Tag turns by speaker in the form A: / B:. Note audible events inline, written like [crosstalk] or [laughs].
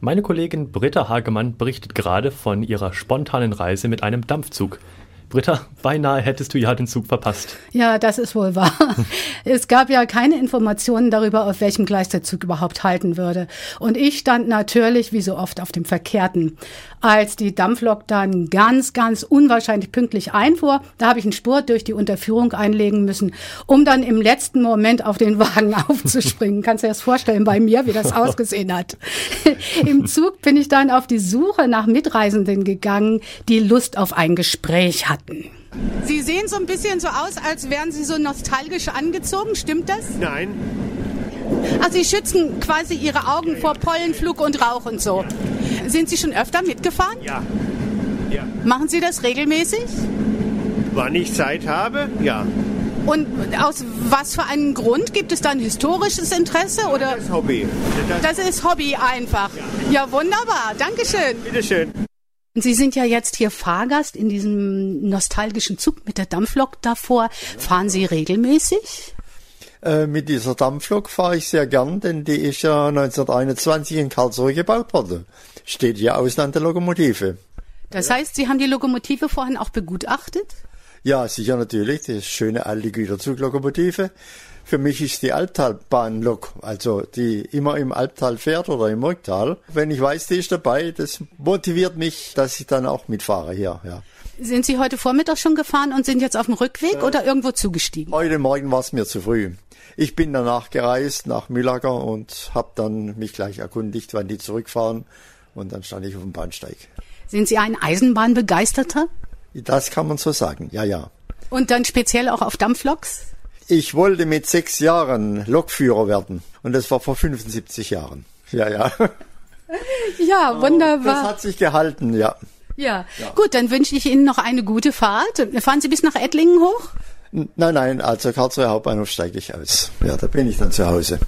A: Meine Kollegin Britta Hagemann berichtet gerade von ihrer spontanen Reise mit einem Dampfzug. Britta, beinahe hättest du ja den Zug verpasst.
B: Ja, das ist wohl wahr. [laughs] Es gab ja keine Informationen darüber, auf welchem Gleis der Zug überhaupt halten würde. Und ich stand natürlich, wie so oft, auf dem Verkehrten. Als die Dampflok dann ganz, ganz unwahrscheinlich pünktlich einfuhr, da habe ich einen Spurt durch die Unterführung einlegen müssen, um dann im letzten Moment auf den Wagen [laughs] aufzuspringen. Kannst du dir das vorstellen bei mir, wie das ausgesehen hat? [laughs] Im Zug bin ich dann auf die Suche nach Mitreisenden gegangen, die Lust auf ein Gespräch hatten.
C: Sie sehen so ein bisschen so aus, als wären Sie so nostalgisch angezogen. Stimmt das?
D: Nein,
C: Also Sie schützen quasi Ihre Augen vor Pollenflug und Rauch und so. Sind Sie schon öfter mitgefahren?
D: ja. ja.
C: Machen Sie das regelmäßig?
D: Wann ich Zeit habe? Ja.
C: Und aus was für einem Grund? Gibt es da ein historisches Interesse oder?
D: Das Hobby. Das,
C: Das ist Hobby einfach. Ja, wunderbar. Dankeschön.
D: bitteschön.
B: Und Sie sind ja jetzt hier Fahrgast in diesem nostalgischen Zug mit der Dampflok davor. Fahren Sie regelmäßig?
E: Äh, mit dieser Dampflok fahre ich sehr gern, denn die ist ja 1921 in Karlsruhe gebaut worden. Steht ja Ausland der Lokomotive.
B: Das heißt, Sie haben die Lokomotive vorhin auch begutachtet?
E: Ja, sicher natürlich, die schöne alte Güterzuglokomotive. Für mich ist die Albtalbahnlok, also die immer im Albtal fährt oder im Murgtal. Wenn ich weiß, die ist dabei, das motiviert mich, dass ich dann auch mitfahre hier. Ja.
B: Sind Sie heute Vormittag schon gefahren und sind jetzt auf dem Rückweg oder irgendwo zugestiegen?
E: Heute Morgen war es mir zu früh. Ich bin danach gereist nach Mühlacker und habe dann mich gleich erkundigt, wann die zurückfahren. Und dann stand ich auf dem Bahnsteig.
B: Sind Sie ein Eisenbahnbegeisterter?
E: Das kann man so sagen, ja, ja.
B: Und dann speziell auch auf Dampfloks?
E: Ich wollte mit sechs Jahren Lokführer werden. Und das war vor 75 Jahren. Ja, ja.
B: Ja,
E: Oh, Das hat sich gehalten, ja.
B: Ja. gut, dann wünsche ich Ihnen noch eine gute Fahrt. Fahren Sie bis nach Ettlingen hoch?
E: N- Nein, nein, also Karlsruher Hauptbahnhof steige ich aus. Ja, da bin ich dann zu Hause.